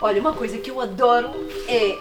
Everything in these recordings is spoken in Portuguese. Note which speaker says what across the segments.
Speaker 1: Olha, uma coisa que eu adoro é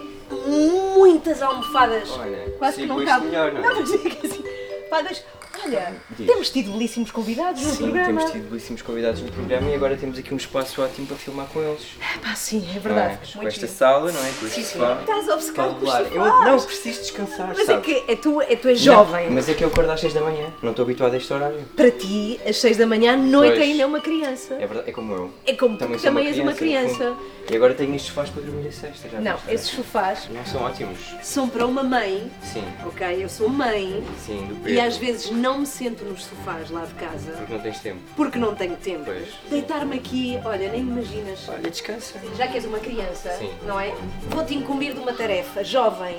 Speaker 1: muitas almofadas.
Speaker 2: Olha,
Speaker 1: Quase que
Speaker 2: sigo
Speaker 1: não
Speaker 2: este
Speaker 1: cabe.
Speaker 2: melhor, não é?
Speaker 1: mas diga assim. Pá, mas, olha,
Speaker 2: Diz.
Speaker 1: temos tido belíssimos convidados no
Speaker 2: Sim,
Speaker 1: programa.
Speaker 2: temos tido belíssimos convidados no programa e agora temos aqui um espaço ótimo para filmar com eles.
Speaker 1: Pá, sim, é
Speaker 2: não é?
Speaker 1: verdade.
Speaker 2: Com
Speaker 1: Muito
Speaker 2: esta
Speaker 1: giro.
Speaker 2: sala, não é? Com este
Speaker 1: Sim, Então, sim.
Speaker 2: sofá.
Speaker 1: Estás obcecado com os
Speaker 2: Calcular. Eu
Speaker 1: sofás.
Speaker 2: não preciso descansar,
Speaker 1: Mas é
Speaker 2: sabe?
Speaker 1: que é tu, é tu és jovem.
Speaker 2: Não, mas é que eu acordo às 6 da manhã. Não estou habituado a este horário.
Speaker 1: Para ti, às 6 da manhã, à noite
Speaker 2: Pois.
Speaker 1: ainda é uma criança.
Speaker 2: É verdade, é como eu.
Speaker 1: É como tu, que
Speaker 2: sou
Speaker 1: também és uma
Speaker 2: no
Speaker 1: criança.
Speaker 2: fundo. E agora tenho estes sofás para dormir a sexta. Já
Speaker 1: Não,
Speaker 2: viste, é?
Speaker 1: esses sofás
Speaker 2: Não são ótimos.
Speaker 1: são para uma mãe,
Speaker 2: Sim,
Speaker 1: ok? Eu sou mãe
Speaker 2: sim, do Pedro.
Speaker 1: e às vezes não me sento nos sofás lá de casa
Speaker 2: Porque não tens tempo.
Speaker 1: porque não tenho tempo.
Speaker 2: Pois.
Speaker 1: Deitar-me aqui, olha, nem imaginas.
Speaker 2: Olha, descansa.
Speaker 1: Já que és uma criança,
Speaker 2: Sim.
Speaker 1: não é? Vou-te incumbir de uma tarefa jovem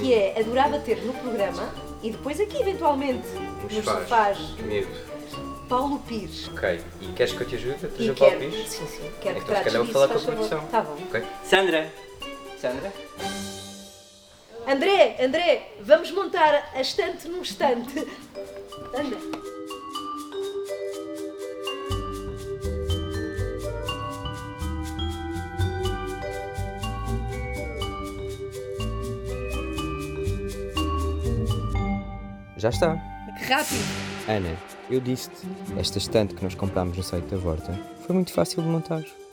Speaker 1: que é adorava ter no programa e depois aqui eventualmente nos sofás
Speaker 2: Medo.
Speaker 1: Paulo Pires.
Speaker 2: Ok. E queres que eu te ajude a
Speaker 1: E
Speaker 2: trazer o
Speaker 1: quero,
Speaker 2: palpite?
Speaker 1: sim, sim, quero É que
Speaker 2: Então, se
Speaker 1: trates
Speaker 2: calhar, vou
Speaker 1: disso,
Speaker 2: falar com a
Speaker 1: faz favor.
Speaker 2: produção.
Speaker 1: Tá bom.
Speaker 2: Ok. Sandra! Sandra?
Speaker 1: André, André, vamos montar a estante num estante. Anda.
Speaker 2: Já está.
Speaker 1: Rápido.
Speaker 2: Ana, eu disse-te, esta estante que nós comprámos no site da Vorta foi muito fácil de montar.